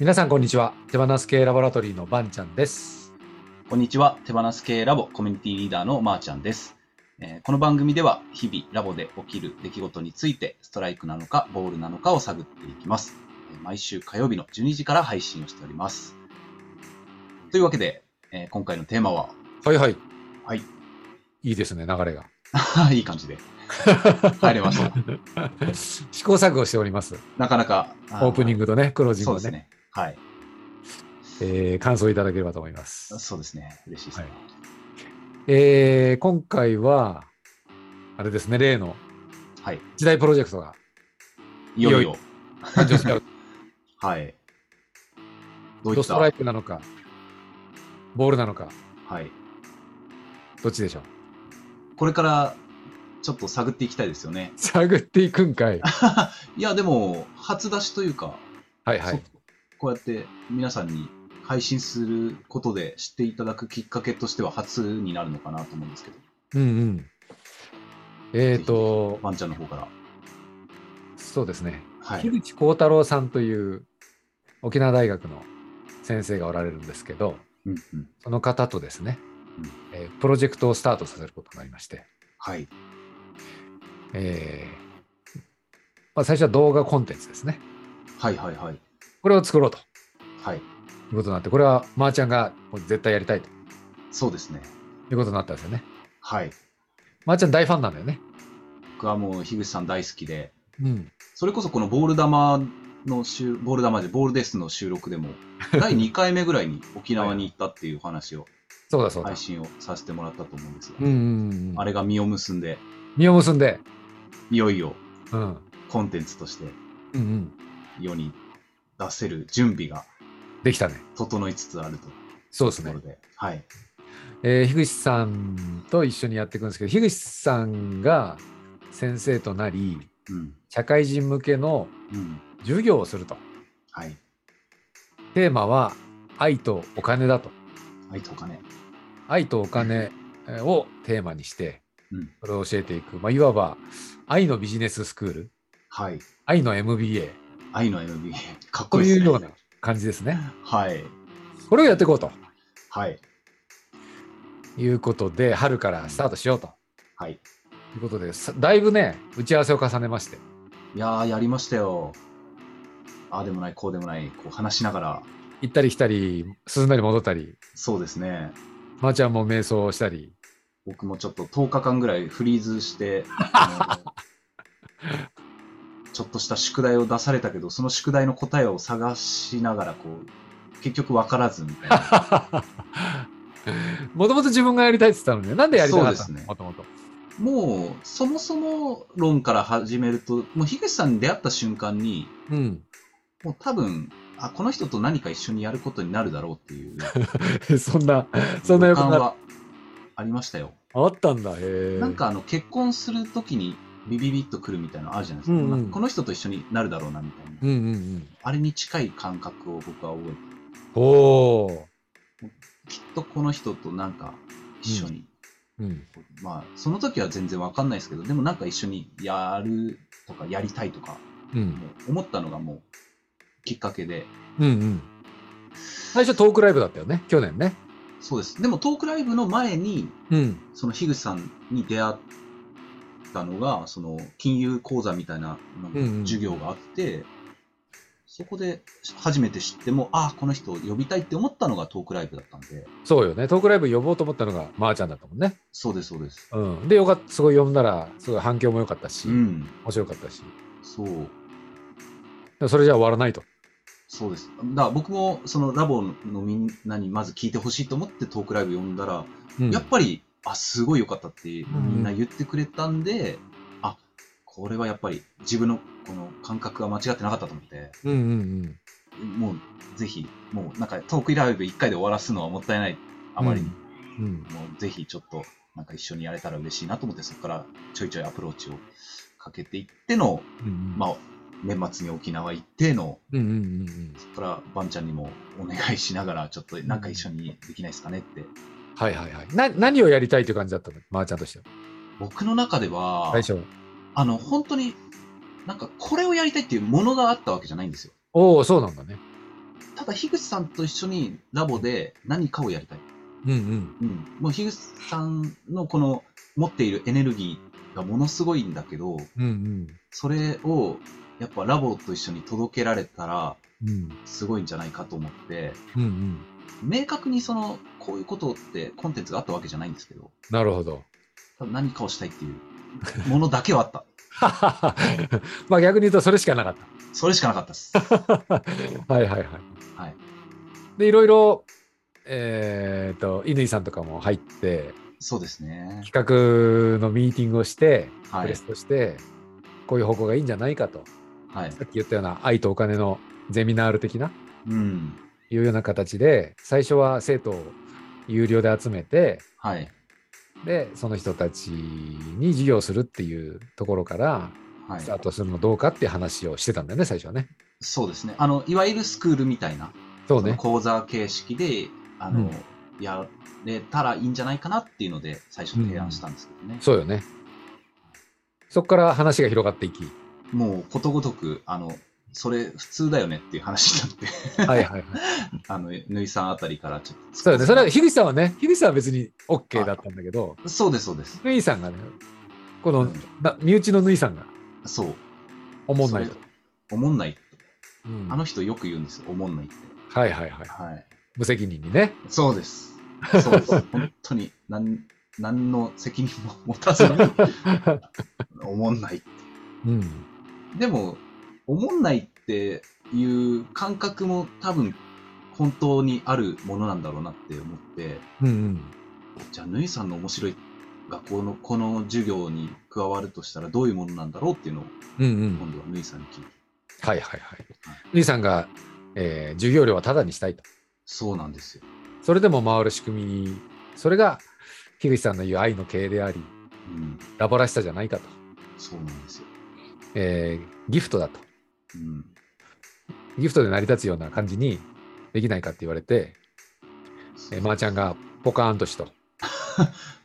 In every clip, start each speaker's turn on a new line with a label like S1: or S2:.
S1: 皆さんこんにちは手放す系ラボラトリーのバンちゃんです
S2: こんにちは。手放す系ラボコミュニティリーダーのまーちゃんです。えーこの番組では日々ラボで起きる出来事についてストライクなのかボールなのかを探っていきます。えー毎週火曜日の12時から配信をしております。というわけで、えー今回のテーマは、
S1: はいはい
S2: はい
S1: いいですね流れが
S2: いい感じで入れ ました。
S1: 試行錯誤しております
S2: なかなか、あ
S1: オープニングとねクロージング
S2: そう
S1: を
S2: です
S1: ね
S2: ね。はい。
S1: えー感想いただければと思います
S2: そうですね。嬉しいですね。
S1: はいえー今回はあれですね例の
S2: はい。
S1: 時代プロジェクトが
S2: いよいよ。
S1: いよ誕生しちゃう
S2: はい。 どうい
S1: ド
S2: っ
S1: ス
S2: た
S1: トライクなのかボールなのか
S2: はい。
S1: どっちでしょう
S2: これからちょっと探っていきたいですよね。
S1: 探っていくんかい
S2: いや、でも、初出しというか、
S1: はいはい
S2: そこうやって皆さんに配信することで知っていただくきっかけとしては初になるのかなと思うんですけど、
S1: うんうんえっ、と
S2: ワンちゃんの方から。
S1: そうですね
S2: は
S1: 樋
S2: い。
S1: 口幸太郎さんという沖縄大学の先生がおられるんですけど
S2: うんうん。
S1: その方とですね
S2: うん、
S1: えープロジェクトをスタートさせることになりまして、
S2: はい。
S1: えーまあ、最初は動画コンテンツですね
S2: はいはいはい。
S1: これを作ろうと
S2: はい。
S1: いうことになってこれはまーちゃんがもう絶対やりたいと
S2: そうですね。
S1: いうことになったんですよね
S2: はい。
S1: まーちゃん大ファンなんだよね
S2: 僕はもう、樋口さん大好きで、
S1: うん
S2: それこそこのボール球の収、ボール球で、ボールですの収録 でも、第2回目ぐらいに沖縄に行ったっていうお話を、
S1: そうだそうだ、
S2: 配信をさせてもらったと思うんです
S1: う
S2: が、
S1: んうんうん
S2: あれが実を結んで、
S1: 実を結んで、
S2: いよいよ
S1: うん、うん
S2: コンテンツとして
S1: うん
S2: 世に出せる準備が
S1: できたね
S2: 整いつつあると
S1: そうです
S2: いうとこ
S1: ね
S2: ろで、はい、
S1: えー樋口さんと一緒にやっていくんですけど樋口さんが先生となり
S2: うん、
S1: 社会人向けの
S2: うん、
S1: 授業をすると
S2: はい、
S1: テーマは愛とお金だと
S2: はい、とかね、
S1: 愛とお金えーをテーマにして
S2: うん、
S1: それを教えていく、まあ、いわば愛のビジネススクール
S2: はい、
S1: 愛の MBA
S2: 愛の MBA、か っ
S1: と
S2: こいい
S1: い
S2: で
S1: う
S2: す
S1: よ
S2: ね
S1: う。な感じですね
S2: はい、
S1: これをやっていこうと
S2: はい、
S1: いうことで春からスタートしようと
S2: はい。
S1: いうことでさだいぶね打ち合わせを重ねまして
S2: いやー、やりましたよ。ああでもない、こうでもない、こう話しながら、
S1: 行ったり来たり進んだり戻ったり
S2: そうですね、
S1: まーちゃんも瞑想をしたり
S2: 僕もちょっと10日間ぐらいフリーズして、あの ちょっとした宿題を出されたけど、その宿題の答えを探しながら、こう、結局分からずみたいな。
S1: もともと自分がやりたいって言ってたのにねなんでやりたかった
S2: そうです
S1: の
S2: ね
S1: もともと。
S2: もう、そもそも論から始めると、もう、樋口さんに出会った瞬間に、
S1: うん。
S2: もう多分、あ、この人と何か一緒にやることになるだろうってい う、
S1: そんな、 そんな予感が
S2: はありましたよ。
S1: あったんだ。へえ。
S2: なん、か、あの、結婚するときにビビビッとくるみたいなのあるじゃないですか。
S1: うんうん
S2: なんかこの人と一緒になるだろうな、みたいな。
S1: うんうんうん。
S2: あれに近い感覚を僕は覚えて、
S1: おお。
S2: きっとこの人となんか一緒に、
S1: うん。
S2: まあ、その時は全然わかんないですけど、でもなんか一緒にやるとか、やりたいとか、
S1: うん。
S2: もう思ったのがもう、きっかけで、
S1: うんうん。最初トークライブだったよね、去年ね。
S2: そうです。でもトークライブの前に、
S1: うん。
S2: その樋口さんに出会ったのが、その金融講座みたいななんか
S1: うんうん
S2: 授業があって、そこで初めて知っても、ああ、この人を呼びたいって思ったのがトークライブだったんで、
S1: そうよね。トークライブ呼ぼうと思ったのが、まーちゃんだったもんね。
S2: そうです、そうです。
S1: うん。で、よかった、すごい呼んだら、すごい反響も良かったし、
S2: うん、
S1: 面白かったし。
S2: そう、
S1: でもそれじゃ終わらないと。
S2: そうです。だから僕もそのラボのみんなにまず聞いてほしいと思ってトークライブ呼んだら、
S1: うん
S2: やっぱり、あ、すごい良かったってみ
S1: ん
S2: んな言ってくれたんで、あ、これはやっぱり自分のこの感覚が間違ってなかったと思って、
S1: うんうん
S2: もうぜひ、もうなんかトークライブ1回で終わらすのはもったいない。あまりに、
S1: うん。うん。
S2: もうぜひちょっとなんか一緒にやれたら嬉しいなと思って、そこからちょいちょいアプローチをかけていっての、
S1: うん
S2: まあ、年末に沖縄行っての、
S1: うんうんうんうん。
S2: そこからバンちゃんにもお願いしながら、ちょっとなんか一緒にできないですかねって。
S1: はいはいはい。な何をやりたいという感じだったの、まーちゃんとしては。
S2: 僕の中では、
S1: 最初。
S2: あの、本当に、なんかこれをやりたいっていうものがあったわけじゃないんですよ。
S1: おお、そうなんだね。
S2: ただ、樋口さんと一緒にラボで何かをやりたい。
S1: うんうん
S2: うん、もう樋口さんのこの持っているエネルギーがものすごいんだけど、
S1: うんうん
S2: それをやっぱラボと一緒に届けられたら
S1: うん
S2: すごいんじゃないかと思って、
S1: うんうん
S2: 明確にそのこういうことってコンテンツがあったわけじゃないんですけど、
S1: なるほど。
S2: ただ何かをしたいっていうものだけはあった。
S1: まあ逆に言うとそれしかなかっ
S2: それしかなかったです。
S1: た。はいはいはい。
S2: はい、
S1: でいろいろえっ、と乾さんとかも入って
S2: そうですね。
S1: 企画のミーティングをして
S2: は
S1: プレ
S2: い
S1: ス。としてこういう方向がいいんじゃないかと
S2: はい。
S1: さっき言ったような愛とお金のゼミナール的な
S2: うん。
S1: いうような形で最初は生徒を有料で集めて
S2: はい。
S1: でその人たちに授業をするっていうところから
S2: はい
S1: スター。トするのどうかっていう話をしてたんだよね最初はね。
S2: そうですね。あの、いわゆるスクールみたいな、
S1: そう
S2: その
S1: ね。
S2: 講座形式で、あの、やれたらいいんじゃないかなっていうので、最初提案したんですけどね。
S1: そうよね。そこから話が広がっていき。
S2: もうことごとく、あの、それ普通だよねっていう話になって、
S1: はいはいはい。
S2: あの、ぬいさんあたりからちょっと。
S1: そうよね。それは、樋口さんはね、樋口さんは別に OK だったんだけど、
S2: そうです、そうです。
S1: ぬいさんがね、この、
S2: うん
S1: な身内のぬいさんが
S2: そう。
S1: 思んない
S2: そ
S1: と
S2: れ。おもんないって。
S1: うん
S2: あの人よく言うんですよ、おもんないって。
S1: はいはいはい。
S2: はい。
S1: 無責任にね。
S2: そ うです。そうです。本当に、なん、何の責任も持た ずに、おもんない。
S1: うん。
S2: でも、おもんないっていう感覚も多分、本当にあるものなんだろうなって思って、
S1: うんうん。
S2: じゃあ、ぬいさんの面白い学校のこの授業に加わるとしたらどういうものなんだろうっていうのを、
S1: うんうん。
S2: 今度はぬいさんに聞いて。
S1: はいはいはい。ぬいさんが、えー授業料はタダにしたいと。
S2: そうなんですよ。
S1: それでも回る仕組みに、それが樋口さんの言う愛の経営であり、
S2: うん。
S1: ラボらしさじゃないかと。
S2: そうなんですよ。
S1: えーギフトだと。
S2: うん。
S1: ギフトで成り立つような感じにできないかって言われて、えー、まー、ちゃんがポカーンとしと。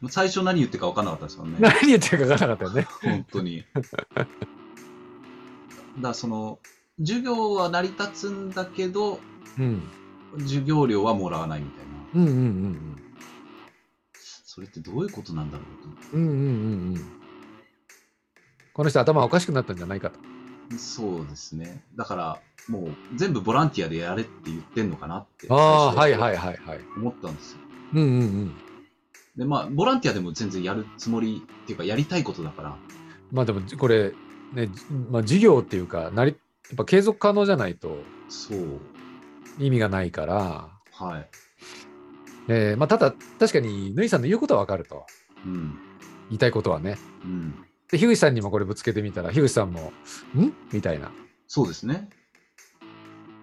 S2: 最初何言ってるか分かんなかったですよね。
S1: 何言ってるか分からなかったよね。
S2: 本当に。だからその、授業は成り立つんだけど、
S1: うん。
S2: 授業料はもらわないみたいな。
S1: うんうんうん
S2: それってどういうことなんだろうと思っ
S1: うん。うんうんうんうん。この人頭おかしくなったんじゃないかと。
S2: て。そうですね。だから、もう全部ボランティアでやれって言ってんのかなって。
S1: ああ、は
S2: 最
S1: い
S2: 初
S1: はいはいはい。
S2: 思ったんですよ。
S1: うんうんうん。
S2: で、まあ、ボランティアでも全然やるつもりっていうか、やりたいことだから、
S1: まあでもこれ、ね、じまあ事業っていうか、なり、やっぱ継続可能じゃないと
S2: そう。
S1: 意味がないから、
S2: はい。
S1: えーまあただ確かに、ぬいさんの言うことはわかると。
S2: うん。
S1: 言いたいことはね。
S2: うん。
S1: で、樋口さんにもこれぶつけてみたら、樋口さんも、んみたいな。
S2: そうですね。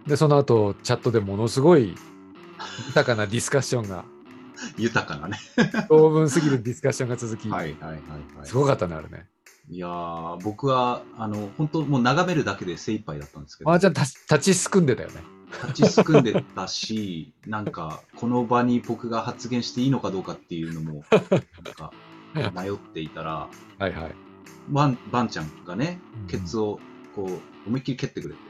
S1: で、その後、チャットでものすごい豊かなディスカッション が、
S2: 豊かなね。
S1: 当分すぎるディスカッションが続き、
S2: はいはいはいはい。
S1: すごかったね、あれね。
S2: いやー、僕は、あの、本当もう眺めるだけで精一杯だったんですけど、
S1: まーち
S2: 立
S1: ゃん立ち立ちすくんでたよね。
S2: ちすくんでたし、 なんか、この場に僕が発言していいのかどうかっていうのも、なんか、迷っていたら、
S1: はいはい。
S2: バン、バンちゃんがね
S1: うん、
S2: ケツを、こう、思いっきり蹴ってくれて、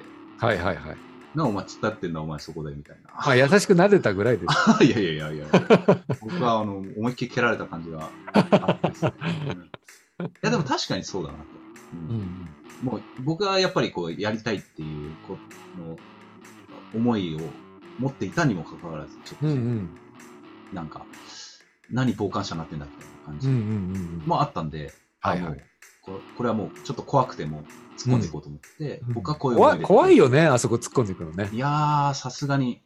S1: はいはいはい。
S2: な、お前、突っ立ってんだ、お前、そこで、みたい
S1: まあ、優しく撫でたぐらいです。
S2: な。いやいやいやいや、僕は、あの、思いっきり蹴られた感じがあってですね。うんいや、でも確かにそうだなと。うん
S1: うん。
S2: もう僕はやっぱりこうやりたいっていうこの思いを持っていたにもかかわらず、ちょっと
S1: うんう
S2: ね、
S1: ん。
S2: なんか、何傍観者になってんだみたいな感
S1: うんう
S2: じ
S1: んうん。
S2: もあったんで、
S1: はい
S2: あ
S1: は
S2: の
S1: い。
S2: ここれはもうちょっと怖くても突っ込んでいこうと思って、僕は声を
S1: 怖い怖い
S2: よ。
S1: よね、あそこ突っ込んでいくのね。
S2: いやー、さすがに。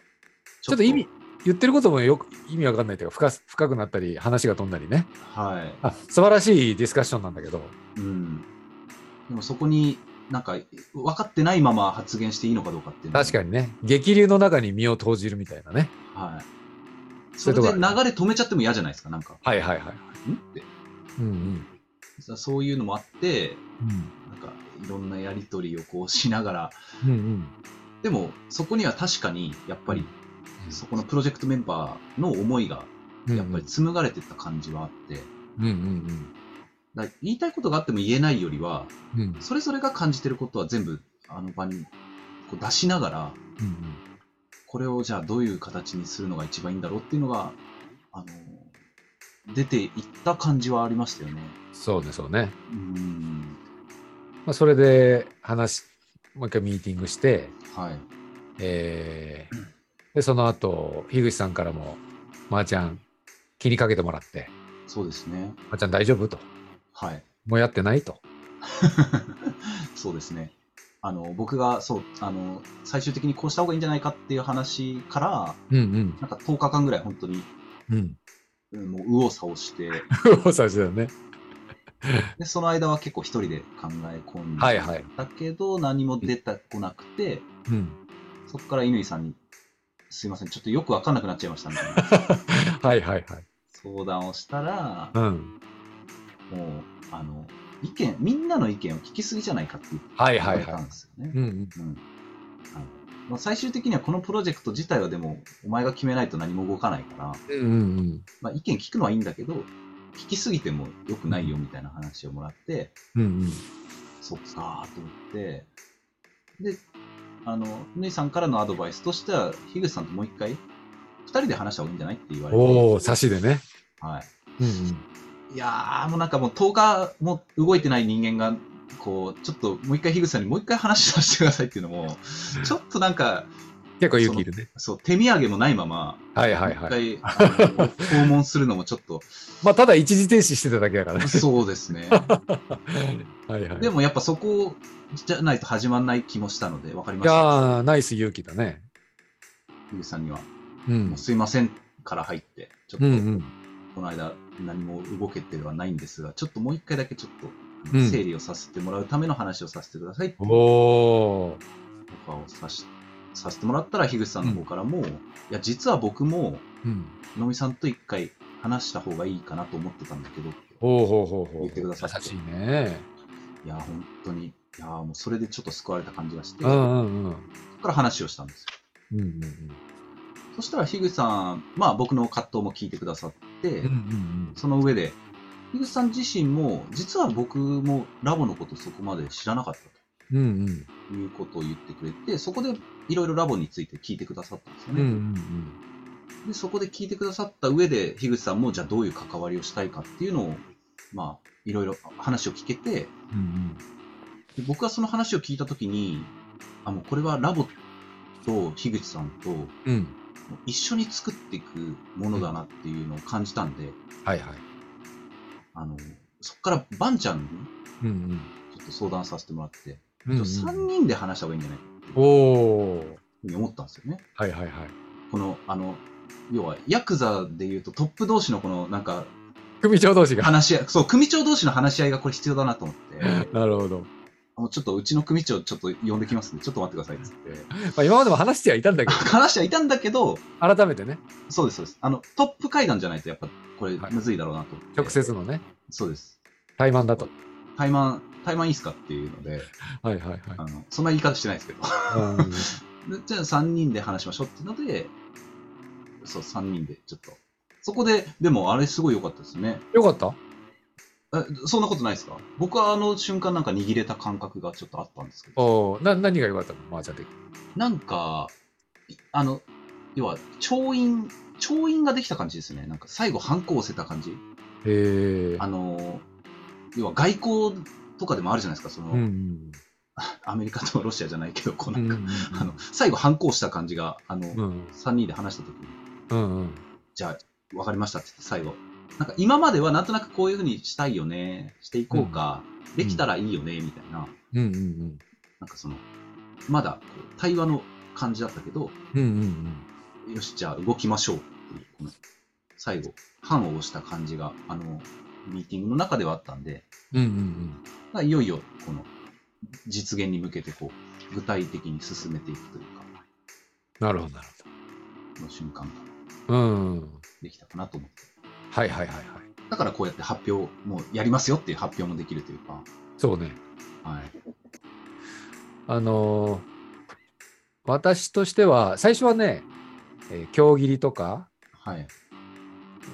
S1: ちょっと意味、言ってることもよく意味わかんないというか深す、深くなったり、話が飛んだりね。
S2: は
S1: あ素晴らしいディスカッションなんだけど、
S2: い。うん。でもそこに、なんか、分かってないまま発言していいのかどうかっていうのも
S1: 確かにね、激流の中に身を投じるみたいなね。
S2: はい。
S1: そ
S2: そう
S1: いう
S2: れ
S1: とこ
S2: で
S1: あ
S2: 流
S1: る
S2: れ止めちゃっても嫌じゃないですか、なんか。
S1: はいはいはい。
S2: んって。
S1: うんうん。
S2: さそういうのもあって、
S1: うん
S2: なんかいろんなやりとりをこうしながら、
S1: うんうん。
S2: でもそこには確かにやっぱりそこのプロジェクトメンバーの思いがやっぱり紡がれてった感じはあって、
S1: うんうん
S2: だから言いたいことがあっても言えないよりは、
S1: うん。うん
S2: それぞれが感じてることは全部あの場にこう出しながら、
S1: うんうん。
S2: これをじゃあどういう形にするのが一番いいんだろうっていうのが、あの、出ていった感じはありましたよね。
S1: そうでしょうね。
S2: うん。
S1: まあ、それで話し、もう一回ミーティングして、
S2: はい。
S1: えーで、その後、樋口さんからも、まー、ちゃん、気にかけてもらって、
S2: そうですね。
S1: まー、ちゃん大丈夫と。
S2: はい。
S1: もうやってないと。
S2: そうですね。あの、僕が、そう、あの、最終的にこうした方がいいんじゃないかっていう話から、
S1: うん
S2: なんか10日間ぐらい本当に、
S1: うん。うん。
S2: うんもう右往左往して、
S1: そうですよね。
S2: で、その間は結構一人で考え込んで、
S1: はいはい。
S2: だけど何も出てこなくて、
S1: うん。
S2: そこから乾さんに、すいません、ちょっとよくわかんなくなっちゃいましたみたいな
S1: はいはいはい。
S2: 相談をしたら、
S1: うん。
S2: もう、あの、意見、みんなの意見を聞きすぎじゃないかって言って
S1: はい
S2: 言
S1: は
S2: わ
S1: い
S2: れた
S1: は
S2: ん
S1: い。
S2: ですよね。
S1: うんうん。
S2: うんあのまあ最終的にはこのプロジェクト自体はでも、お前が決めないと何も動かないから、
S1: うんうんうん。
S2: まあ、意見聞くのはいいんだけど、聞きすぎても良くないよみたいな話をもらって、
S1: うんうん。
S2: そっかーと思って、で、あの、ぬいさんからのアドバイスとしては、樋口さんともう一回、二人で話した方がいいんじゃないって言われて。
S1: おお、差しでね。
S2: は
S1: うんうん。
S2: い。いやー、もうなんかもう10日も動いてない人間が、こう、ちょっともう一回樋口さんにもう一回話しさせてくださいっていう のも、ちょっとなんか、
S1: 結構勇気いるね。
S2: そう、手土産もないまま、
S1: はいはいはい。
S2: 一回、あの訪問するのもちょっと、
S1: まあ、ただ一時停止してただけだからね。
S2: そうですね。
S1: はいはい。
S2: でもやっぱそこじゃないと始まんない気もしたので、わかりま
S1: いや
S2: した。
S1: ー、ナイス勇気だね。
S2: 樋口さんには、
S1: う
S2: も
S1: ん
S2: う。すいませんから入って、ちょっ
S1: う
S2: と、
S1: んうん。
S2: この間何も動けてはないんですが、ちょっともう一回だけちょっと
S1: うん
S2: 整理をさせてもらうための話をさせてくださいっていうオ
S1: おー。
S2: ファーをさしさせてもらったら、樋口さんの方からも、いや、実は僕も、
S1: うん。
S2: のみさんと一回話した方がいいかなと思ってたんだけど、い
S1: ほうほうほうほう。
S2: 言ってくださって
S1: 優しいね。
S2: や、本当に、いや、もうそれでちょっと救われた感じがして、
S1: う
S2: そ
S1: んうんうん。
S2: こから話をしたんです
S1: う
S2: よ。
S1: んうん
S2: そしたら、樋口さん、まあ僕の葛藤も聞いてくださって、
S1: うん。うんうん
S2: その上で、樋口さん自身も、実は僕もラボのことそこまで知らなかったと。
S1: うん。うんうん。
S2: いうことを言ってくれて、そこでいろいろラボについて聞いてくださったんですよ
S1: うんう
S2: ね。
S1: ん
S2: で、そこで聞いてくださった上で、樋口さんもじゃあどういう関わりをしたいかっていうのを、まあ、いろいろ話を聞けて、
S1: うん。うん
S2: で僕はその話を聞いたときに、あ、もうこれはラボと樋口さんともう
S1: うん。うん。
S2: 一緒に作っていくものだなっていうのを感じたんで、
S1: はいはい。
S2: あの、そこからバンちゃんに
S1: うん
S2: ちょっと相談させてもらって、
S1: うん。うんうん
S2: ちょっと3人で話した方がいいんじゃないかっていう
S1: おー。
S2: ふうに思ったんですよね。
S1: はいはいはい。
S2: この、あの、要は、ヤクザで言うとトップ同士のこの、なんか、
S1: 組長同士が。
S2: 話し合い、そう、組長同士の話し合いがこれ必要だなと思って、
S1: なるほど。
S2: あもうちょっとうちの組長ちょっと呼んできますんで、ちょっと待ってくださいっつって。
S1: ま あ、今までも話してはいたんだけ
S2: 話してはいたんだけど、
S1: ど、改めてね、
S2: そうです、そうです。あの、トップ会談じゃないとやっぱこれ
S1: はい
S2: むずいだろうなと思って。
S1: 直。接のね、
S2: そうです。
S1: 対マンだと。
S2: 対マン、対マンいいっすかっていうので、
S1: はいはいはい。
S2: あの、そんな言い方してないですけど。
S1: うん
S2: でじゃあ3人で話しましょうっていうので、そう、3人でちょっと。そこで、でもあれすごい良かったですね。
S1: よかった
S2: えそんなことないですか僕はあの瞬間なんか握れた感覚がちょっとあったんですけど、
S1: おーな何がよかったのマーちゃん的に。
S2: なんか、いあの、要は、調印、調印ができた感じですね。なんか最後、反抗を押せた感じ。
S1: へえ。
S2: あの、要は外交とかでもあるじゃないですか、その、
S1: うん
S2: アメリカとロシアじゃないけど、こう
S1: うん。う
S2: なんん
S1: う
S2: か、
S1: ん
S2: あの、最後、反抗した感じが、あの、
S1: うん
S2: 3人で話した時に、
S1: うんうん。
S2: じゃあ、わかりましたって言って最後。なんか今まではなんとなくこういうふうにしたいよね、していこうか、できたらいいよね、みたいな、
S1: うんうんうん。
S2: なんかその、まだこう対話の感じだったけど、
S1: うんうんうん。
S2: よし、じゃあ動きましょうっていう、この最後、判を押した感じが、あの、ミーティングの中ではあったんで、
S1: うんうん
S2: まあいよいよ、この、実現に向けて、こう、具体的に進めていくという
S1: なるほどなる
S2: か、の瞬間が
S1: ほど。うん。
S2: できたかなと思って。
S1: はいはいはいはい。
S2: だからこうやって発表、もうやりますよっていう発表もできるというか、
S1: そうね。
S2: はい。
S1: あのー私としては、最初はね、えー、京切りとか、
S2: はい。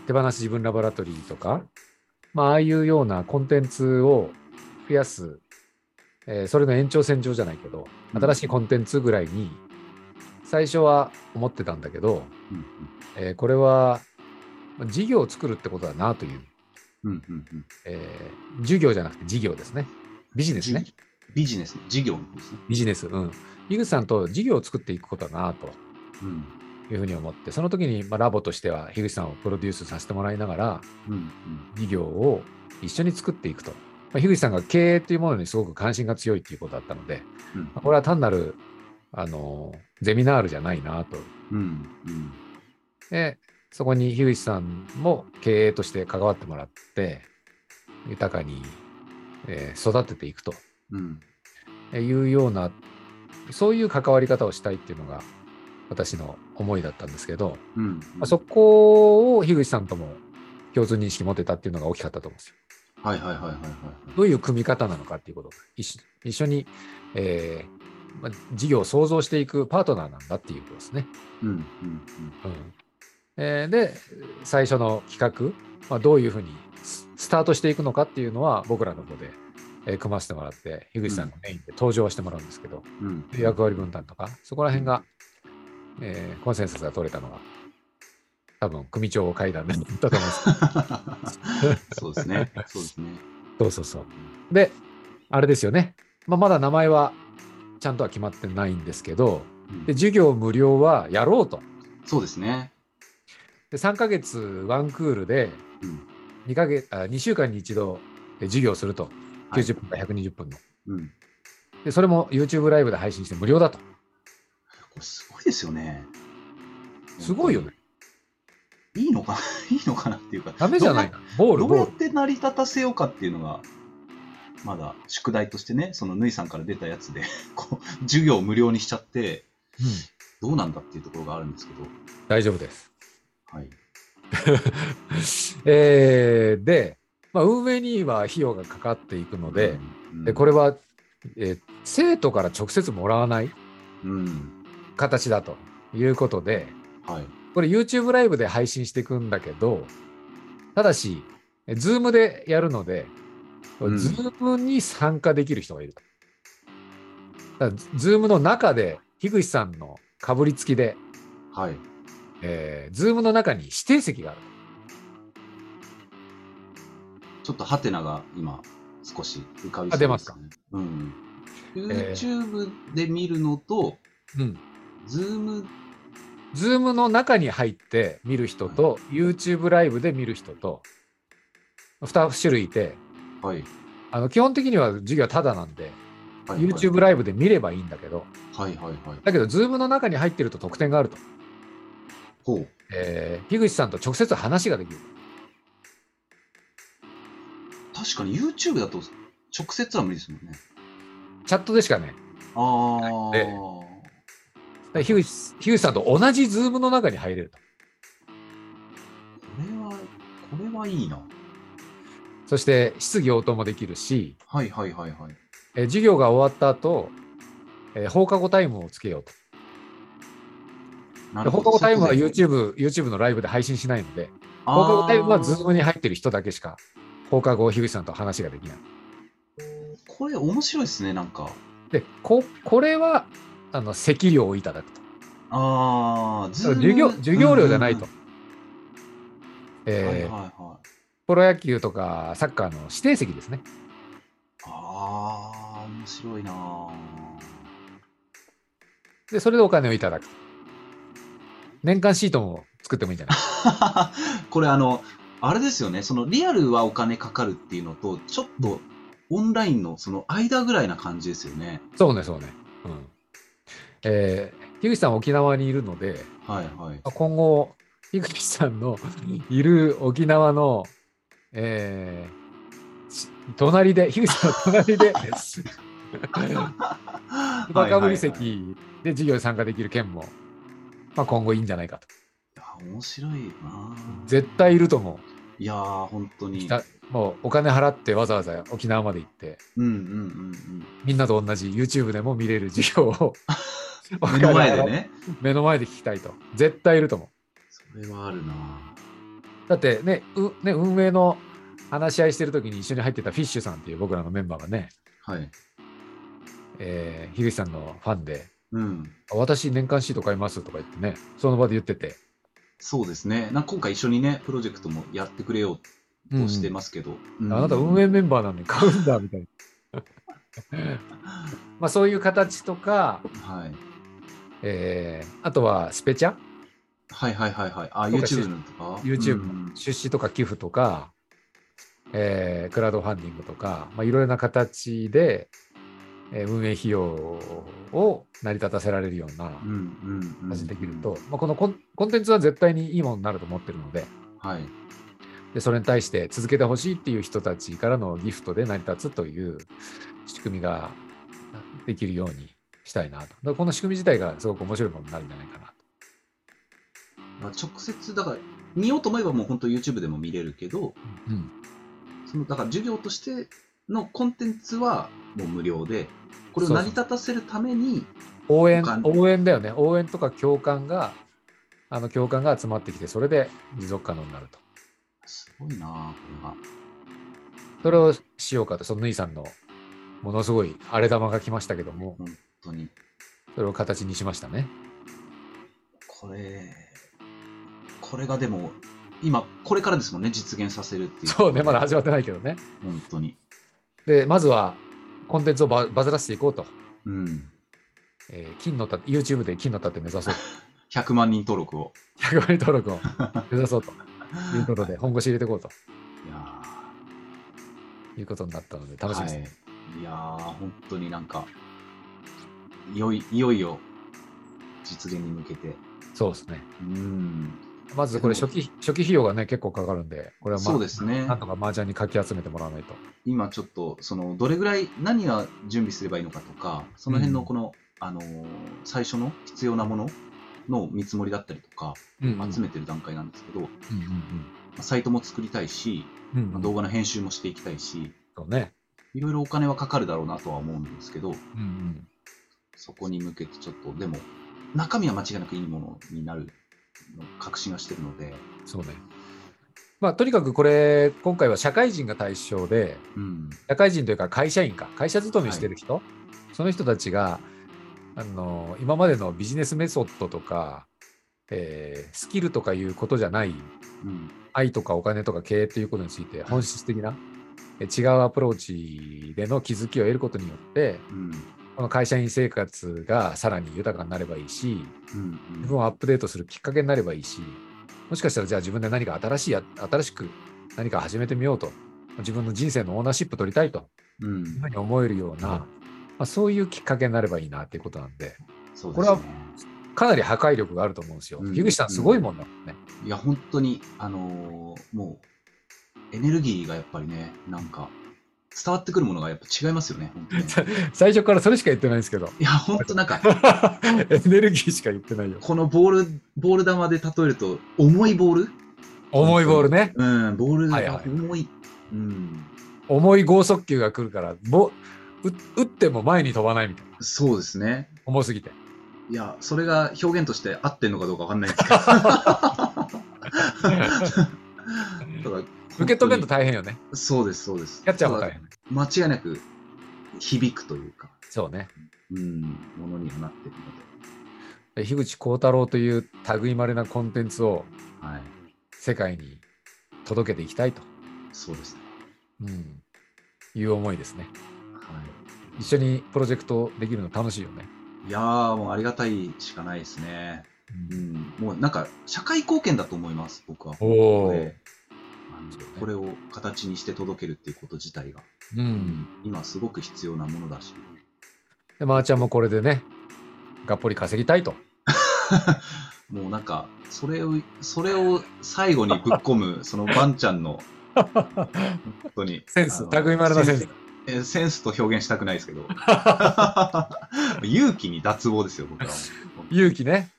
S1: 手放し自分ラボラトリーとか、まあ、ああいうようなコンテンツを増やす、えーそれの延長線上じゃないけど、
S2: うん
S1: 新しいコンテンツぐらいに最初は思ってたんだけど、
S2: うん
S1: えーこれはまあ事業を作るってことだなという、
S2: うんうんうんうん
S1: えー授業じゃなくて事業ですね。ビジネスね。
S2: じビジネス、事業の方ですね。
S1: ビジネス。うん。井口さんと事業を作っていくことだなと
S2: うん。
S1: いうふうに思って、その時に、まあ、ラボとしては樋口さんをプロデュースさせてもらいながら、
S2: うんうん。
S1: 事業を一緒に作っていくと。まあ、樋口さんが経営というものにすごく関心が強いということだったので、
S2: うん
S1: まあこれは単なる、あの、ゼミナールじゃないなと。
S2: うんうん。
S1: で、そこに樋口さんも経営として関わってもらって、豊かに、えー育てていくと
S2: うん。
S1: いうような、そういう関わり方をしたいっていうのが私の思いだったんですけど、
S2: うん。
S1: まあそこを樋口さんとも共通認識持てたっていうのが大きかったと思うんですよ。
S2: はいはいはいはいはい。
S1: どういう組み方なのかっていうこと一緒一緒に、えーまあ、事業を創造していくパートナーなんだっていうことですね。
S2: うんうんうん。
S1: うんえーで最初の企画、まあ、どういうふうにススタートしていくのかっていうのは僕らの方で、えー組ませてもらって樋口さんがメインで登場してもらうんですけど、
S2: うん、
S1: 役割分担とかそこら辺が、えーコンセンサスが取れたのは多分組長会談でも言ったと思うんです けど
S2: そうですね。そうですね。
S1: そうそうそうであれですよね、まあ、まだ名前はちゃんとは決まってないんですけど
S2: うん
S1: で授業無料はやろうと
S2: そうですね。
S1: で3ヶ月ワンクールで
S2: うん
S1: 2, ヶ月あ2週間に一度え授業をすると、
S2: はい
S1: 90分から120分の
S2: うん。こ
S1: でそれも YouTube ライブで配信して無料だと
S2: れすごいですよね。
S1: すごいよね。
S2: いいのかないいのかなっていうか。
S1: ダメじゃないなボール
S2: どう
S1: ボ
S2: や
S1: ー
S2: っ
S1: ル
S2: て成り立たせようかっていうのが、まだ宿題としてね、そのぬいさんから出たやつで、 こう、授業を無料にしちゃって、
S1: うん
S2: どうなんだっていうところがあるんですけど、
S1: 大丈夫です
S2: はい。
S1: えーで、まあ、運営には費用がかかっていくので、
S2: うん、
S1: でこれは、えー生徒から直接もらわない
S2: うん、
S1: 形だということで、
S2: はい。
S1: これ YouTube ライブで配信していくんだけど、ただし、え Zoom でやるので、
S2: うん
S1: Zoom に参加できる人がいると。だから Zoom の中で、樋口さんのかぶりつきで、
S2: はい。
S1: えー、Zoom の中に指定席がある。
S2: ちょっとハテナが今、少し浮かび
S1: あ出ますか
S2: ね。うん。
S1: えー
S2: YouTube で見るのと、
S1: うん、
S2: Zoom、
S1: Zoom の中に入って見る人と、YouTube ライブで見る人と、2種類いて、
S2: はい。
S1: あの基本的には授業はただなんで、
S2: はい
S1: YouTube ライブで見ればいいんだけど、
S2: はいはいはい。
S1: だけど、Zoom の中に入ってると得点があると。
S2: ほう。
S1: えー、樋口さんと直接話ができる。
S2: 確かに YouTube だと直接は無理ですもんね。
S1: チャットでしかね、
S2: ああ。
S1: でだから樋口樋口さんと同じ Zoom の中に入れると。
S2: これは、これはいいな。
S1: そして、質疑応答もできるし、
S2: はいはいはいはい。
S1: えー授業が終わった後、えー放課後タイムをつけようと。
S2: な
S1: で放課後タイムは
S2: そういうことで
S1: YouTube, YouTube のライブで配信しないので、
S2: あー
S1: 放課後タイムは Zoom に入ってる人だけしか、放課後、樋口さんと話ができない。
S2: これ面白いですね、なんか。
S1: で、ここれは、あの、席料をいただくと。
S2: ああ、Zoom
S1: 授業授業料じゃないと。。
S2: うんうんうんはい
S1: えー
S2: はいはい。
S1: プロ野球とかサッカーの指定席ですね。
S2: ああ、面白いなー
S1: で、それでお金をいただくと。年間シートも作ってもいいんじゃない
S2: これあの、あれですよね、そのリアルはお金かかるっていうのと、ちょっとオンラインのその間ぐらいな感じですよね。
S1: そうね、そうね。うん。えー、樋口さんは沖縄にいるので、
S2: はいはい。
S1: 今後、樋口さんのいる沖縄の、えーし隣で、樋口さんの隣で、 バカぶり
S2: はいはいはいい
S1: 席で授業に参加できる件も、まあ、今後いいんじゃないかと。
S2: や面白いよなー
S1: 絶対いると思
S2: いやー、本当
S1: う。
S2: に。
S1: 北もうお金払ってわざわざ沖縄まで行って、
S2: うんうんうん
S1: みんなと同じ YouTube でも見れる授業を
S2: うん。目の前で。ね。
S1: 目の前で聞きたいと。絶対いると思
S2: それはあるな
S1: う。だってね、うね運営の話し合いしてる時に一緒に入ってたフィッシュさんっていう僕らのメンバーがね、
S2: はい。
S1: えー、樋口さんのファンで、
S2: うん。
S1: 私、年間シート買いますとか言ってね、その場で言ってて。
S2: そうですね。なんか今回一緒にね、プロジェクトもやってくれようとしてますけど。うん
S1: あなた運営メンバーなのに 買うんだみたいな。まあそういう形とか、
S2: はい。
S1: えーあとはスペチャ
S2: はいはいはいはい。あ、
S1: とかし
S2: YouTube のとか。
S1: YouTube
S2: うん
S1: 出資とか寄付とか、えークラウドファンディングとか、まあ、いろいろな形で、えー運営費用を成り立たせられるような
S2: うんうんうん。
S1: 形にできると、まあ、このコンコンテンツは絶対にいいものになると思ってるので
S2: はい。
S1: でそれに対して続けてほしいっていう人たちからのギフトで成り立つという仕組みができるようにしたいなとだからこの仕組み自体がすごく面白いものになるんじゃないかなと。
S2: まあ、直接、だから、見ようと思えばもう本当 YouTube でも見れるけど、
S1: うん
S2: その、だから授業としてのコンテンツはもう無料で、これを成り立たせるために、
S1: 応援
S2: 他、の
S1: 応援だよね。応援とか共感が、あの共感が集まってきて、それで持続可能になると。
S2: すごいなぁ、これは。
S1: それをしようかと、そのぬいさんのものすごい荒れ玉が来ましたけども、
S2: 本当に。
S1: それを形にしましたね。
S2: これ、これがでも、今、これからですもんね、実現させるっていう。
S1: そうね、まだ始まってないけどね。
S2: 本当に。
S1: で、まずはコンテンツをババズらせていこうと。
S2: うん。
S1: えー金の盾、YouTube で金の盾目指 そうと。
S2: 100万人登録を。
S1: 100割登録を 目指そうということで、本腰入れていこうと
S2: いやー
S1: いうことになったので、楽しみですね。
S2: はい、いやー、本当になんか、いよいいよいよ実現に向けて、
S1: そうですね。
S2: うん、
S1: まずこれ初期、初期費用がね、結構かかるんで、これはまあ、
S2: そうですね
S1: なんとか麻雀にかき集めてもらわないと。
S2: 今ちょっと、その、どれぐらい、何が準備すればいいのかとか、その辺の
S1: うん
S2: この、あのー最初の必要なものの見積もりだったりとか、集めてる段階なんですけど、まあサイトも作りたいし、
S1: うんうん
S2: まあ動画の編集もしていきたいし、
S1: そうね。
S2: いろいろお金はかかるだろうなとは思うんですけど、
S1: うんうん
S2: そこに向けてちょっと、でも、中身は間違いなくいいものになるの確信がしてるので、
S1: そうね。まあ、とにかくこれ、今回は社会人が対象で、
S2: うん、
S1: 社会人というか会社員か、会社勤めしてる人、その人たちが、あの、今までのビジネスメソッドとか、えースキルとかいうことじゃない、
S2: うん、
S1: 愛とかお金とか経営ということについて、本質的な、え違うアプローチでの気づきを得ることによって、
S2: うん、
S1: この会社員生活がさらに豊かになればいいし、
S2: うん、
S1: 自分をアップデートするきっかけになればいいし、もしかしたらじゃあ自分で何か新しいや、新しく何か始めてみようと、自分の人生のオーナーシップ取りたいと
S2: うん、う
S1: いうふ
S2: ん
S1: うに思えるような、まあ、そういうきっかけになればいいなっていうことなんで、
S2: そう
S1: こ
S2: で
S1: れ
S2: す
S1: は
S2: ね。
S1: かなり破壊力があると思うんですよ。
S2: うん
S1: 樋口さん、すごいもんだもんね。
S2: いや、本当に、あのーもう、エネルギーがやっぱりね、なんか、伝わってくるものがやっぱ違いますよね、本当に。
S1: 最初からそれしか言ってないんですけ ど、
S2: いや、本当なんか、
S1: エネルギーしか言ってないよ。
S2: このボール、ボール球で例えると、重いボール
S1: 重いボールね、
S2: うん、ボール
S1: はい
S2: が
S1: はい
S2: 重い。うん、
S1: 重い剛速球が来るから、ぼ打打っても前に飛ばないみたいな、
S2: そうですね。
S1: 重すぎて。
S2: いや、それが表現として合ってんのかどうかわかんないんですけど。ただ
S1: 受け止めると大変よね。
S2: そうです、そうです。
S1: キャッチャーも大変。
S2: ただ間違いなく響くというか、
S1: そうね。
S2: うん、ものにはなってるので。
S1: で樋口幸太郎という類いまれなコンテンツを
S2: はい。
S1: 世界に届けていきたいと、
S2: そうですね。
S1: うん、いう思いですね。
S2: は
S1: 一緒にプロジェクトできるの楽しいよね。
S2: い。いやー、もうありがたいしかないですね。うん、もうなんか、社会貢献だと思います、僕は。
S1: おお、
S2: であのこれを形にして届けるっていうこと自体が、
S1: うん。
S2: 今すごく必要なものだし。
S1: で、まー、ちゃんもこれでね、がっぽり稼ぎたいと。
S2: もうなんか、それを、それを最後にぶっ込 む、そのバンちゃんの、本当に。
S1: センス
S2: あの
S1: 類いまれなセンス。
S2: えーセンスと表現したくないです けど。勇気に脱帽ですよ、僕らは。
S1: 勇気ね。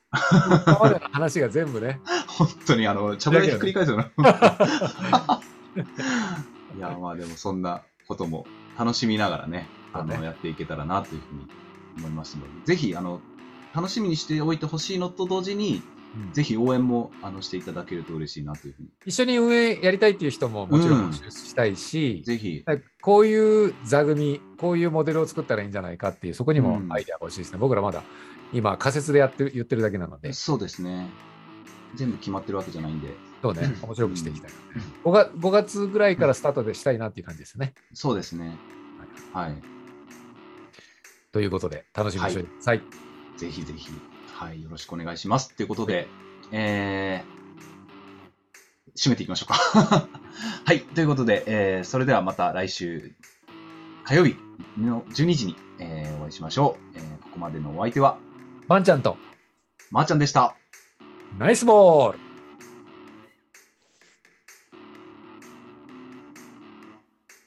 S1: 今までの話が全部ね、
S2: 本当に、あの、ちゃぶ台ひっくり返すよな。いや、まあでもそんなことも楽しみながらね、あ
S1: そう
S2: の、
S1: ね
S2: やっていけたらなというふうに思いますので、ぜひ、あの、楽しみにしておいてほしいのと同時に、
S1: うん
S2: ぜひ応援もあのしていただけると嬉しいなというふうに。
S1: 一緒に運営やりたいっていう人ももちろ
S2: うん
S1: ん募集したいし、
S2: ぜひ、
S1: だからこういう座組、こういうモデルを作ったらいいんじゃないかっていう、そこにも
S2: うん
S1: アイデアが欲しいですね。僕らまだ今、仮説でやってる言ってるだけなので、
S2: そうですね。全部決まってるわけじゃないんで、
S1: そうね、面白くしていきたい。5月 ,5 月ぐらいからスタートでしたいなっていう感じですね。
S2: そうですね。はい。
S1: ということで、楽しみにしてください。
S2: ぜひぜひ、はい、よろしくお願いします。ということで、えー、締めていきましょうか。 はい、ということで、えー、それではまた来週火曜日の12時に、えー、お会いしましょう。えー、ここまでのお相手は、
S1: バンちゃんと、
S2: まー、ちゃんでした。
S1: ナイスボール